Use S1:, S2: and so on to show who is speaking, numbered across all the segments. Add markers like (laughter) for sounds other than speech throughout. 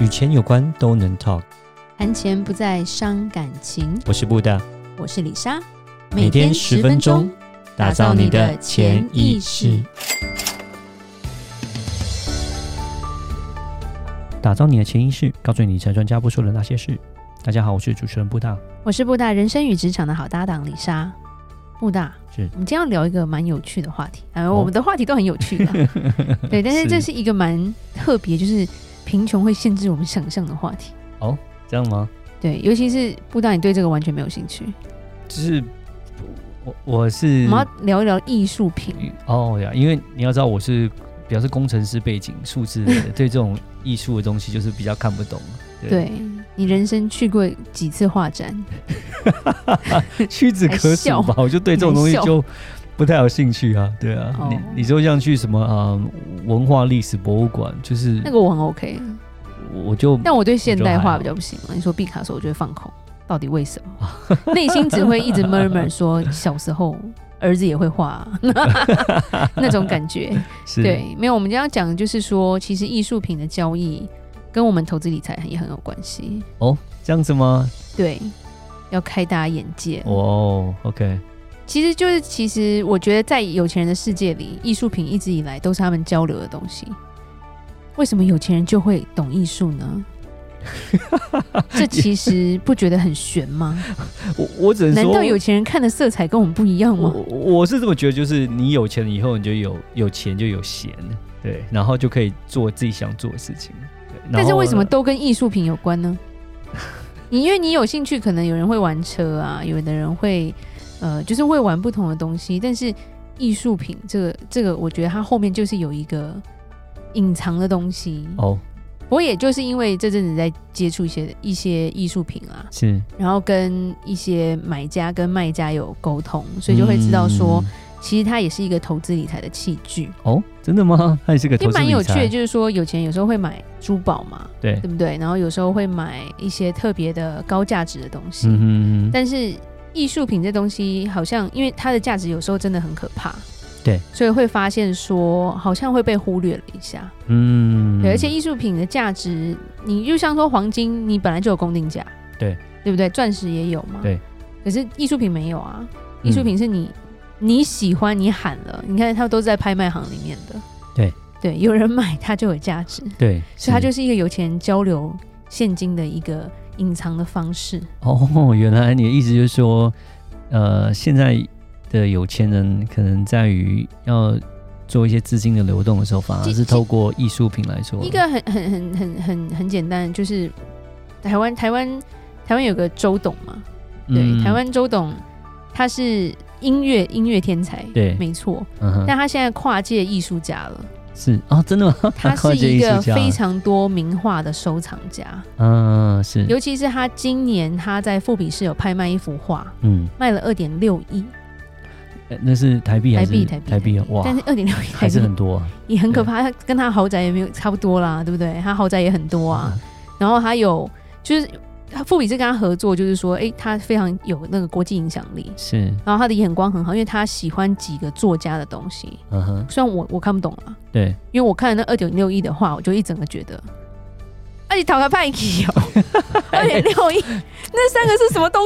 S1: 与钱有关都能 talk。
S2: 谈钱不再伤感情。
S1: 我是布大，
S2: 我是李莎，
S1: 每天十分钟，打造你的潜意识，打造你的潜意识，告诉你理财专家不说的那些事。大家好，我是主持人布大。
S2: 我是布大人生与职场的好搭档李莎。布大，
S1: 是
S2: 我们今天要聊一个蛮有趣的话题。哎、
S1: 哦
S2: 我们的话题都很有趣
S1: (laughs)
S2: 的，对，但是这是一个蛮特别，就是贫穷会限制我们想象的话题。
S1: 这样吗？
S2: 对，尤其是布大，你对这个完全没有兴趣。
S1: 就是我我是
S2: 我们要聊一聊艺术品，
S1: 哦呀，因为你要知道我是比较是工程师背景，数字 (laughs) 类的对这种艺术的东西就是比较看不懂。
S2: 对你人生去过几次画展？
S1: 屈指可数吧，我就对这种东西
S2: 还笑
S1: 就不太有兴趣啊。对啊，
S2: 哦
S1: 你你就像去什么呃文化历史博物馆，就是
S2: 那个我很 OK，
S1: 我我就
S2: 但我对现代
S1: 还
S2: 化
S1: 好
S2: 比较不行啊了。你说毕卡索，我就会放空，到底为什么？内心只会一直 murmur 说小时候儿子也会画啊、 (laughs) 那种感觉。
S1: 是
S2: 对，没有，我们今天要讲的就是说，其实艺术品的交易跟我们投资理财也很有关系。
S1: 这样子吗？
S2: 对，要开大家眼界。
S1: 哦，OK，
S2: 其实就是，其实我觉得在有钱人的世界里，艺术品一直以来都是他们交流的东西。为什么有钱人就会懂艺术呢？这其实不觉得很悬
S1: (laughs)
S2: 吗？
S1: 我我只能
S2: 难
S1: 说
S2: 道。有钱人看的色彩跟我们不一样
S1: 我
S2: 吗？
S1: 我我是这么觉得，就是你有钱了以后，你就有有钱就有闲，对，然后就可以做自己想做的事情。对然后
S2: 但是为什么都跟艺术品有关呢？你因为你有兴趣，可能有人会玩车啊，有的人会呃，就是会玩不同的东西。但是艺术品这个这个，我觉得它后面就是有一个隐藏的东西。
S1: 哦
S2: 我也就是因为这阵子在接触一些一些艺术品啊，
S1: 是，
S2: 然后跟一些买家跟卖家有沟通，所以就会知道说，
S1: 嗯
S2: 其实它也是一个投资理财的器具，
S1: 哦，真的吗？ (laughs) 它也是个
S2: 就
S1: 投资
S2: 蛮有
S1: 理
S2: 趣
S1: 财
S2: 的。就是说，有钱有时候会买珠宝嘛，
S1: 对，
S2: 对不对？然后有时候会买一些特别的高价值的东西，
S1: 嗯哼嗯哼，
S2: 但是艺术品这东西好像因为它的价值有时候真的很可怕，
S1: 对，
S2: 所以会发现说好像会被忽略了一下。
S1: 嗯，
S2: 对，而且艺术品的价值，你就像说黄金，你本来就有公定价，
S1: 对
S2: 对不对？钻石也有嘛，
S1: 对。嗯
S2: 可是艺术品没有啊，艺术品是你、你喜欢，你喊了，你看它都是在拍卖行里面的，
S1: 对
S2: 对，有人买它就有价值，
S1: 对，
S2: 所以它
S1: 是
S2: 就是一个有钱人交流现金的一个隐藏的方式。
S1: 哦， (laughs) 原来你的意思就是说，呃，现在的有钱人可能在于要做一些资金的流动的时候，反而
S2: 其
S1: 是
S2: 其
S1: 透过艺术品来说。
S2: 一个很很很很很很简单，就是台湾台湾台湾有个周董嘛，对，
S1: 嗯
S2: 台，湾周董他是音乐音乐天才，
S1: 对
S2: 没错。
S1: 嗯哼
S2: 但他现在跨界艺术家
S1: (laughs)
S2: 了，
S1: 是啊、真
S2: (laughs)
S1: 的吗？(laughs)
S2: 他
S1: 跨
S2: 是
S1: 界
S2: 一
S1: 艺术
S2: 个
S1: 家
S2: 非常多名画的收藏家，
S1: 嗯、是，
S2: 尤其是他今年他在富比士有拍卖一幅画，
S1: 嗯、
S2: 卖了二点六亿
S1: 呃那是台币还
S2: 台
S1: 是
S2: 币，台币，
S1: 台币啊
S2: 台币
S1: 哇，
S2: 但是二点六亿台
S1: 还是
S2: 币
S1: 很多啊
S2: 也很可怕，他跟他豪宅也没有差不多啦，对不对？他豪宅也很多啊，
S1: 嗯
S2: 然后他有就是他富比士跟他合作，就是说，诶，他非常有那个国际影响力，
S1: 是，
S2: 然后他的眼光很好，因为他喜欢几个作家的东西，
S1: 嗯哼，
S2: 虽然我我看不懂啊，
S1: 对，
S2: 因为我看了那二点六亿的话，我就一整个觉得，啊，你讨个派气哦，
S1: (laughs)
S2: 二点六亿，那三个是什么东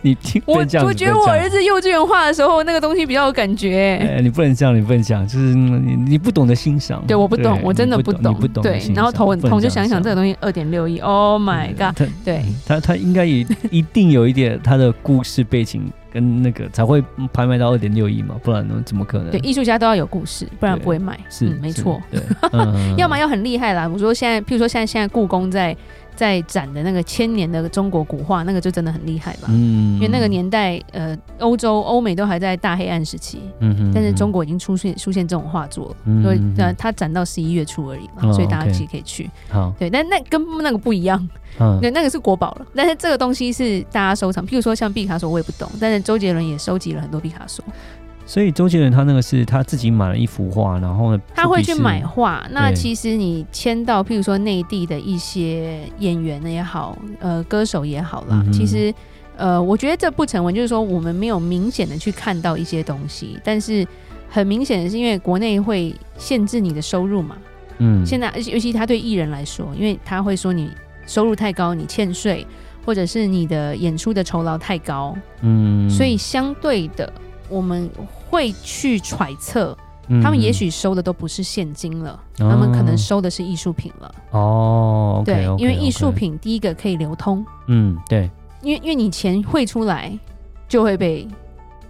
S1: (laughs) 你听，
S2: 我
S1: 不能这样
S2: 我
S1: 子
S2: 觉得
S1: 不能
S2: 我
S1: 这样
S2: 儿子幼稚园画的时候，那个东西比较有感觉、
S1: 哎，你不能这样，你不能这样，就是嗯你你不懂得欣赏。
S2: 对，我不懂，我真的
S1: 你不
S2: 不懂，
S1: 你不懂得
S2: 对
S1: 欣，赏。
S2: 然后头很
S1: 不能
S2: 痛，就
S1: 这
S2: 想
S1: 样
S2: 一想这个东西二点六亿，Oh my
S1: (laughs)
S2: god！哎
S1: 他
S2: 对，
S1: 他他应该
S2: (laughs)
S1: 也一定有一点他的故事背景跟那个才会拍卖到二点六亿嘛，不然呢怎么可能？
S2: 对，艺术家都要有故事，不然
S1: 对
S2: 不会卖。
S1: 是
S2: 嗯没
S1: 是
S2: 错。
S1: 对，嗯
S2: (laughs) 要么要很厉害啦，我说现在，譬如说现在现在故宫在在展的那个千年的中国古画，那个就真的很厉害吧？
S1: 嗯
S2: 因为那个，年代，呃，欧洲、欧美都还在大黑暗时期，
S1: 嗯哼
S2: 但是中国已经出现出现这种画作了，
S1: 嗯
S2: 所以
S1: 嗯
S2: 呃，它展到十一月初而已嘛，
S1: 哦
S2: 所以大家
S1: OK
S2: 其实可以去。
S1: 好，
S2: 对，但那跟那个不一样，
S1: 嗯
S2: 对，那个是国宝了。但是这个东西是大家收藏，譬如说像毕卡索，我也不懂，但是周杰伦也收集了很多毕卡索，
S1: 所以周杰伦他那个是他自己买了一幅画，然后呢
S2: 他会去买，哦
S1: 富
S2: 画。那
S1: 对
S2: 其实你签到，譬如说内地的一些演员也好，呃，歌手也好啦，
S1: 嗯哼
S2: 其实呃，我觉得这不成文，就是说我们没有明显的去看到一些东西，但是很明显的是因为国内会限制你的收入嘛，
S1: 嗯，
S2: 现在，而且尤其他对艺人来说，因为他会说你收入太高，你欠税，或者是你的演出的酬劳太高，
S1: 嗯，
S2: 所以相对的，我们会去揣测，
S1: 嗯
S2: 他们也许收的都不是现金了，
S1: 哦
S2: 他们可能收的是艺术品了。
S1: 哦，
S2: 对
S1: OK，OK，OK
S2: 因为艺术，品第一个可以流通，
S1: 嗯，对
S2: 因为因为你钱汇出来就会被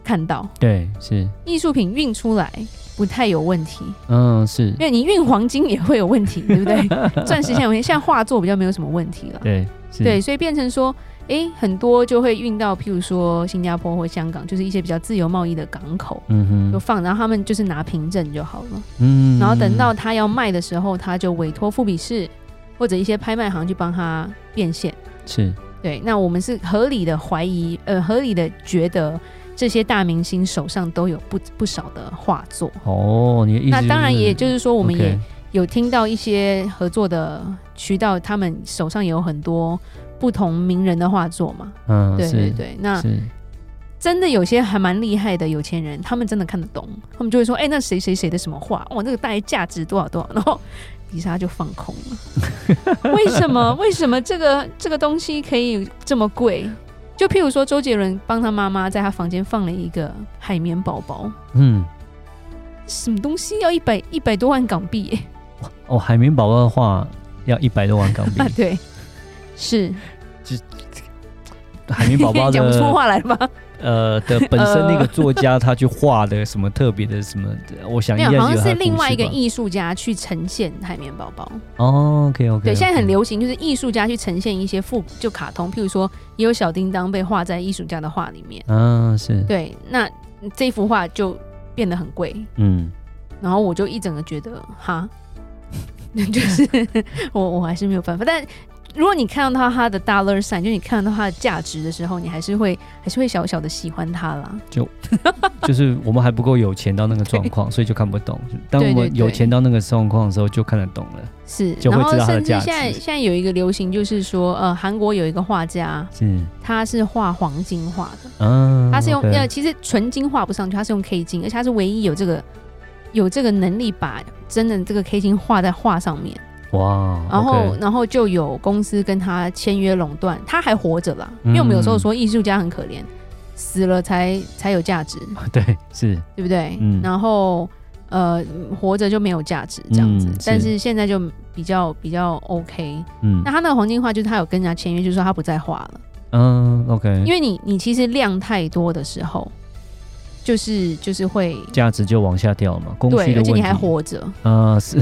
S2: 看到，
S1: 对是，
S2: 艺术品运出来不太有问题，
S1: 嗯是，
S2: 因为你运黄金也会有问题，对不对？
S1: (laughs)
S2: 钻石现在有问题，现在画作比较没有什么问题了。
S1: 对是，
S2: 对，所以变成说，诶，很多就会运到，譬如说新加坡或香港，就是一些比较自由贸易的港口，
S1: 嗯
S2: 就
S1: 哼，
S2: 放，然后他们就是拿凭证就好了。
S1: 嗯，
S2: 然后等到他要卖的时候，他就委托富比士或者一些拍卖行去帮他变现。
S1: 是，
S2: 对，那我们是合理的怀疑，呃，合理的觉得这些大明星手上都有不不少的画作。
S1: 哦，你的意思、
S2: 那当然，也就是说，我们
S1: OK
S2: 也有听到一些合作的渠道，他们手上也有很多不同名人的画作嘛。
S1: 嗯，
S2: 对
S1: 是
S2: 对啊对，那
S1: 是，
S2: 真的有些还蛮厉害的有钱人，他们真的看得懂，他们就会说：“哎、那谁谁谁的什么画，哇，那个大概价值多少多少。”然后迪莎就放空
S1: (laughs)
S2: 了。为什么？为什么这个这个东西可以这么贵？就譬如说，周杰伦帮他妈妈在他房间放了一个海绵宝宝，
S1: 嗯，
S2: 什么东西要一百一百多万港币耶、
S1: 哦，海绵宝宝的话要一百多万港
S2: (laughs)
S1: 币
S2: 啊，，对，是
S1: 海绵宝宝
S2: (laughs) 讲不出
S1: 的
S2: 话来了吧？
S1: 呃的本身那个作家他去画的什么特别的什么的，我想
S2: 没
S1: 应
S2: 有
S1: 该，
S2: 好像
S1: 有他
S2: 是
S1: 的
S2: 另
S1: 故
S2: 外
S1: 事
S2: 一个
S1: 吧
S2: 艺术家去呈现海绵宝宝。
S1: 哦，OK OK，
S2: 对，现在很流行，就是艺术家去呈现一些复就卡通，譬如说也有小叮当被画在艺术家的画里面。
S1: 啊，是，
S2: 对，那这幅画就变得很贵，
S1: 嗯，
S2: 然后我就一整个觉得哈， (laughs) 就是我我还是没有办法。但如果你看到它的 dollar sign，就你看到它的价值的时候，你还是会还是会小小的喜欢它啦。
S1: 就是我们还不够有钱到那个状
S2: (laughs)
S1: 况，所以就看不懂。当我
S2: 对对
S1: 们
S2: 对
S1: 有钱到那个状况的时候，就看得懂了。
S2: 是，
S1: 就会
S2: 然后
S1: 知道它的
S2: 甚至
S1: 价
S2: 现在
S1: 值
S2: 现在有一个流行，就是说，呃，韩国有一个画家，
S1: 是，
S2: 他是画黄金画的，
S1: 嗯，
S2: 他是用
S1: OK
S2: 呃，其实纯金画不上去，他是用 K 金，而且他是唯一有这个有这个能力把真的这个 K 金画在画上面，
S1: 哇，
S2: 然后
S1: 哦 OK
S2: 然后就有公司跟他签约垄断，他还活着
S1: 嗯
S2: 啦，因为我们有时候说艺术家很可怜，死了才才
S1: (laughs)
S2: 有价值，
S1: (laughs) 对是，
S2: 对不对？
S1: 嗯
S2: 然后呃，活着就没有价值这样子，
S1: 嗯是
S2: 但是现在就比较比较 OK。
S1: 嗯
S2: 那他那个黄金画就是他有跟人家签约，就是说他不再画了。
S1: 嗯，OK，
S2: 因为你你其实量太多的时候，就是就是会
S1: 价值就往下掉嘛，供需
S2: 对，
S1: 的问
S2: 而且
S1: 题。
S2: 你还活着，
S1: 啊、是，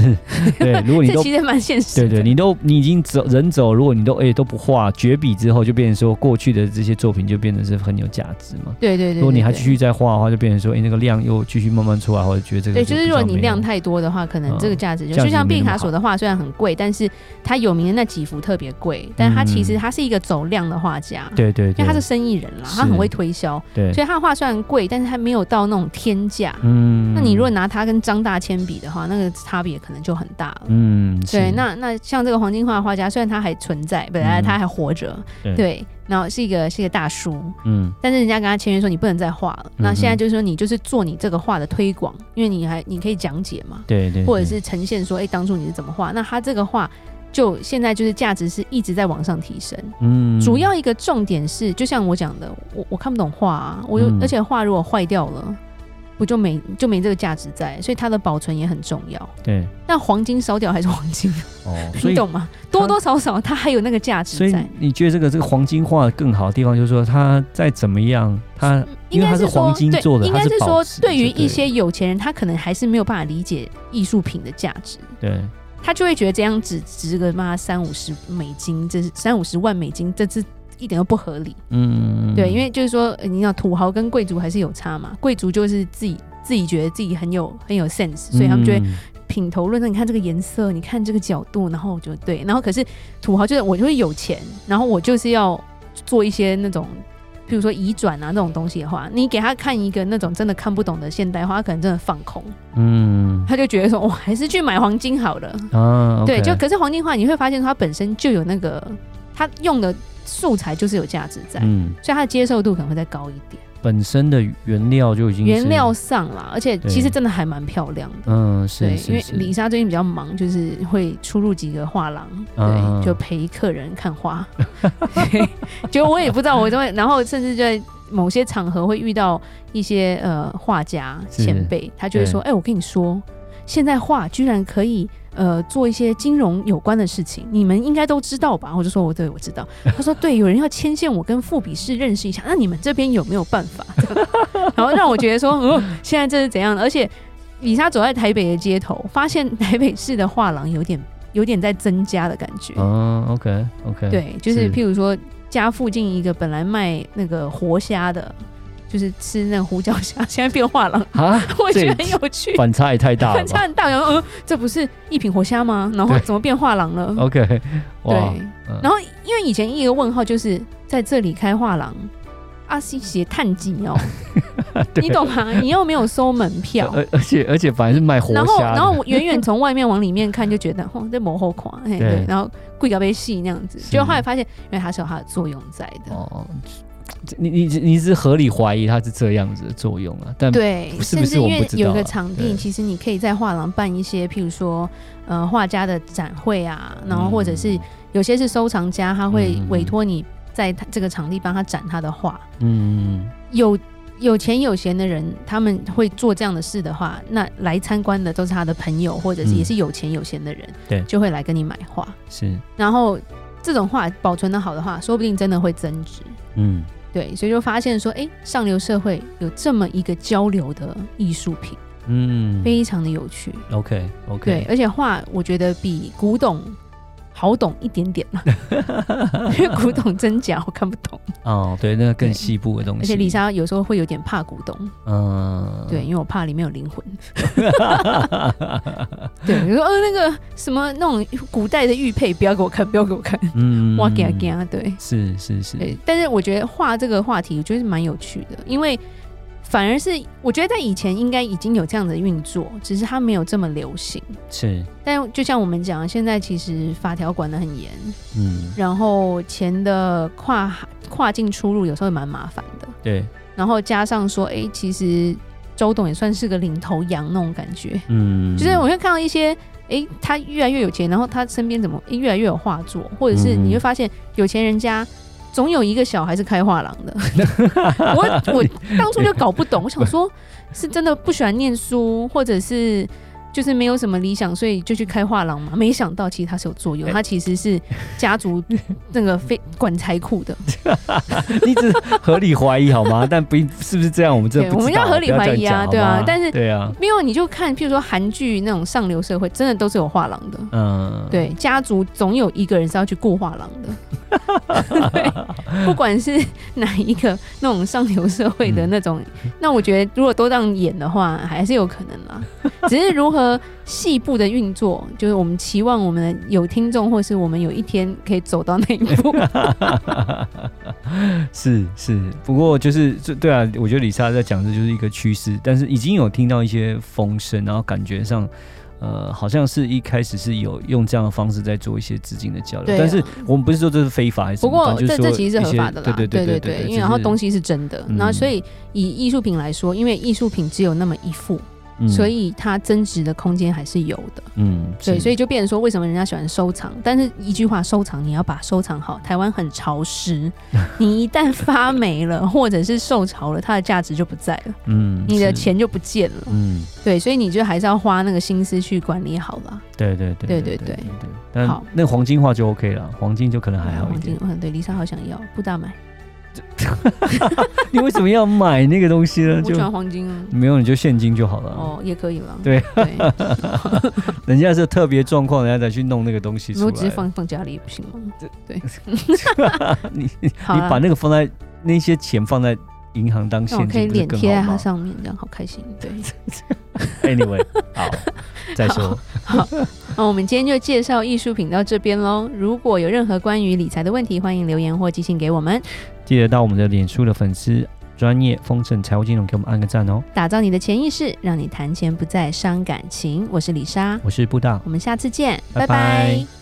S1: 对，如果你
S2: (laughs) 这
S1: 都
S2: 其实蛮现实
S1: 对
S2: 的。
S1: 对，你都你已经走人走，如果你都哎、都不画绝笔之后，就变成说过去的这些作品就变得是很有价值嘛。
S2: 对对
S1: 如
S2: 对
S1: 果你还
S2: 对
S1: 继续再画的话，就变成说哎、那个量又继续慢慢出来，或者觉得这个
S2: 对，就是如果你量
S1: 太
S2: 太多的话，可能这个
S1: 嗯
S2: 价值就、
S1: 价值
S2: 就像
S1: 没那
S2: 毕
S1: 么
S2: 卡索的画虽然很贵，但是他有名的那几幅特别贵，但他其实
S1: 嗯
S2: 他是一个走量的画家。
S1: 对对
S2: 因
S1: 对，
S2: 为他是生意人啦，他很
S1: 是
S2: 会推销，
S1: 对，
S2: 所以他的画虽然贵，但是他没有到那种天价。
S1: 嗯
S2: 那你如果拿他跟张大千比的话，那个差别可能就很大了。
S1: 嗯
S2: 对，
S1: 是
S2: 那那像这个黄金画画家，虽然他还存在，本来
S1: 嗯
S2: 他还活着，
S1: 对
S2: 对，然后是一个是一个大叔，
S1: 嗯
S2: 但是人家跟他签约说你不能再画了。
S1: 嗯
S2: 那
S1: 哼
S2: 现在就是说你就是做你这个画的推广，因为你还你可以讲解嘛，
S1: 对对，
S2: 或者
S1: 对
S2: 是呈现说，哎、当初你是怎么画？那他这个画就现在就是价值是一直在往上提升。
S1: 嗯
S2: 主要一个重点是，就像我讲的，我我看不懂画啊，我又、
S1: 嗯
S2: 而且画如果坏掉了，不就没就没这个价值在，所以它的保存也很重要。
S1: 对
S2: 那黄金烧掉还是黄金，
S1: 哦，所
S2: 你
S1: 以
S2: 懂吗？多多少少它还有那个价
S1: 所
S2: 值
S1: 以
S2: 在。
S1: 你觉得这个这个黄金画更好的地方，就是说它再怎么样，它因
S2: 应
S1: 为
S2: 该
S1: 它
S2: 是
S1: 是
S2: 说，
S1: 黄金做的，
S2: 对，应该
S1: 它
S2: 是
S1: 保
S2: 说
S1: 值，
S2: 对于
S1: 就对
S2: 一些有钱人，他可能还是没有办法理解艺术品的价值，
S1: 对
S2: 他就会觉得这样只值个妈三五十美金，这是三五十万美金，这是一点都不合理。
S1: 嗯
S2: 对，因为就是说，呃你要土豪跟贵族还是有差嘛，贵族就是自己自己觉得自己很有很有 sense，所以他们就会
S1: 嗯
S2: 品头论足。你看这个颜色，你看这个角度，然后我就对，然后可是土豪就是我就是有钱，然后我就是要做一些那种，譬如说移转啊那种东西的话，你给他看一个那种真的看不懂的现代化，他可能真的放空，
S1: 嗯
S2: 他就觉得说，我还是去买黄金好了。
S1: 啊，
S2: 对，
S1: OK
S2: 就可是黄金画，你会发现它本身嗯就有那个，它用的素材就是有价值在，
S1: 嗯
S2: 所以它的接受度可能会再高一点。
S1: 本身的原料就已经是
S2: 嗯原料，上啦，而且
S1: 对
S2: 其实真的还蛮漂亮的。
S1: 嗯，
S2: 对
S1: 是，
S2: 因
S1: 是
S2: 为李
S1: 是，
S2: 莎最近比较忙，就是会出入几个画廊，
S1: 啊
S2: 对，就陪客人看画。 (laughs) 对就我也不知道，我都会，然后甚至在某些场合会遇到一些呃画家
S1: 是
S2: 前辈，他就会说：“哎、我跟你说，现在画居然可以。”呃，做一些金融有关的事情，你们应该都知道吧？我就说，我对我知道。他说，对，有人要牵线，我跟富比士认识一下。那你们这边有没有办法？ (laughs) 这样
S1: (laughs)
S2: 然后让我觉得说，哦、现在这是怎样的？而且李莎走在台北的街头，发现台北市的画廊有点有点在增加的感觉。
S1: 嗯，OK OK，，
S2: 对，就是
S1: 是
S2: 譬如说家附近一个本来卖那个活虾的，就是吃那个胡椒虾，现在变
S1: (laughs)
S2: 画廊， (laughs)
S1: 啊，
S2: 我
S1: 这
S2: 觉
S1: 也
S2: 得很有趣。
S1: 反差也太大
S2: (laughs)
S1: 了
S2: 反差
S1: 吧
S2: 很大，然后呃，这不是一品活虾吗？然后
S1: 对
S2: 怎么变画廊了？
S1: ，OK，
S2: 对
S1: 哇，，嗯
S2: 然后因为以前一个问号就是在这里开画廊，阿西写探几哦，
S1: (laughs) 对
S2: 你懂吗？你又没有收门票，
S1: 而而且而且反而是卖活
S2: 然后
S1: 虾的，
S2: 然后我远远从外面往里面看，就觉得 (laughs) 哦，这幕后款，嘿
S1: 对
S2: 对，然后贵高杯戏那样子，
S1: 是
S2: 结果后来发现，原来它是有它的作用在的，
S1: 哦，这你你你是合理怀疑它是这样子的作用啊，但
S2: 对，
S1: 是
S2: 甚
S1: 不是
S2: 至因
S1: 我不
S2: 为
S1: 知道
S2: 有一
S1: 啊
S2: 个场地，
S1: 对
S2: 其实你可以在画廊办一些，譬如说呃画家的展会啊，然后或者是有些是收藏家，他会
S1: 嗯嗯嗯嗯
S2: 委托你在他这个场地帮他展他的画，
S1: 嗯，嗯
S2: 有。有钱有闲的人，他们会做这样的事的话，那来参观的都是他的朋友，或者是
S1: 嗯
S2: 也是有钱有闲的人，
S1: 对
S2: 就会来跟你买画。
S1: 是，
S2: 然后这种画保存的好的话，说不定真的会增值。
S1: 嗯，
S2: 对，所以就发现说，哎，上流社会有这么一个交流的艺术品，
S1: 嗯
S2: 非常的有趣。
S1: ，OK
S2: 对，
S1: OK，
S2: 而且画我觉得比古董好懂一点点了，因为古董真假我看不
S1: (laughs)
S2: 懂，
S1: 哦，对，那个更
S2: 对
S1: 细部的东西，
S2: 而且丽，莎有时候会有点怕古董，
S1: 嗯，
S2: 对，，因为我怕里面有灵魂。 (laughs) 对，你说呃那个什么那种古代的玉佩，不要给我看，不要给我看，
S1: (laughs) 嗯，
S2: 哇给啊给啊，对。
S1: 是是是，
S2: 对，但是我觉得画这个话题，我觉得是蛮有趣的，因为反而是我觉得在以前应该已经有这样的运作，只是它没有这么流行。
S1: 是，
S2: 但就像我们讲，现在其实法条管得很严，
S1: 嗯，
S2: 然后钱的跨跨境出入有时候也蛮麻烦的，
S1: 对，
S2: 然后加上说，哎、其实周董也算是个领头羊那种感觉，
S1: 嗯，
S2: 就是我会看到一些，诶，他越来越有钱，然后他身边怎么、诶越来越有画作，或者是
S1: 嗯
S2: 你会发现有钱人家。总有一个小孩是开画廊
S1: (laughs)
S2: 的，我我当初就搞不懂，我想说是真的不喜欢念书，或者是就是没有什么理想，所以就去开画廊嘛。没想到其实他是有作用，
S1: 哎
S2: 他其实是家族 (laughs) 那个非管财库的，
S1: (laughs) 你只合理怀疑好
S2: (laughs)
S1: 吗？但不一是不是这样，我们真的
S2: 对
S1: 不
S2: 我
S1: 知
S2: 们
S1: 道
S2: 要合理
S1: 不这样
S2: 怀疑啊
S1: 讲
S2: 对啊
S1: 好吗
S2: 但是
S1: 对啊，
S2: 没有你就看，譬如说韩剧那种上流社会，真的都是有画廊的。
S1: 嗯，，
S2: 对，家族总有一个人是要去过画廊的，对，不管是哪一个那种上流社会的那
S1: (laughs)
S2: 种，那我觉得如果都这样演的话，还是有可能啦。只是如何细部的运作，就是我们期望我们的有听众，或是我们有一天可以走到那一
S1: (laughs)
S2: 步。
S1: (laughs) 是是，不过就是这对啊，我觉得李莎在讲这就是一个趋势，但是已经有听到一些风声，然后感觉上，呃，好像是一开始是有用这样的方式在做一些资金的交流，
S2: 对啊
S1: 但是我们不是说这是非法还是什
S2: 不
S1: 么，
S2: 过
S1: 反正就
S2: 这
S1: 是说
S2: 这其实是
S1: 一
S2: 合
S1: 些
S2: 法的啦，
S1: 对对
S2: 对
S1: 对
S2: 因为然后东
S1: 西，
S2: 西是真的，
S1: 嗯
S2: 然后所以以艺术品来说，因为艺术品只有那么一幅，
S1: 嗯
S2: 所以它增值的空间还是有的。
S1: 嗯，
S2: 对，所
S1: 以
S2: 以就变成说，为什么人家喜欢收藏？但是一句话，收藏你要把收藏好。台湾很潮
S1: (laughs)
S2: 湿，你一旦发霉了，或者是受潮了，它的价值就不在了，
S1: 嗯，
S2: 你的
S1: (laughs) 是，
S2: 钱就不见了。
S1: 嗯，
S2: 对，所以你就还是要花那个心思去管理好了。
S1: 对对
S2: 对
S1: 对
S2: 对
S1: 对
S2: 对
S1: 对，但
S2: 好
S1: 那黄金化就 OK 了，黄金就可能还好一
S2: 黄
S1: 点
S2: 金，。嗯，对，丽莎好想要，不大买，
S1: (laughs) 你为什么要买那个东西
S2: (laughs)
S1: 呢？
S2: 我喜
S1: 就
S2: 欢黄金啊。
S1: 没有你就现金就好了啊。
S2: 哦，也可以了。
S1: 对 (laughs)
S2: 对，
S1: 人家是特别状况，人家才去弄那个东西出
S2: 我
S1: 来。
S2: 只是
S1: (laughs)
S2: 放放家里不行吗？
S1: 你，
S2: 好啊
S1: 你
S2: 啦
S1: 把那个放在那些钱放在银行当
S2: 那我
S1: 现
S2: 可以
S1: 金，不是
S2: 脸
S1: 更
S2: 贴在
S1: 好
S2: 它
S1: 吗
S2: 上面，这样好开心。对，
S1: ？Anyway，好，
S2: (laughs)
S1: 再说。
S2: 那我们今天就介绍艺术品到这边喽。如果有任何关于理财的问题，欢迎留言或寄信给我们。
S1: 记得到我们的脸书的粉丝专业丰盛财务金融给我们按个赞哦。
S2: 打造你的潜意识，让你谈钱不再伤感情。我是李莎，
S1: 我是布大，
S2: 我们下次见，
S1: 拜拜
S2: 拜拜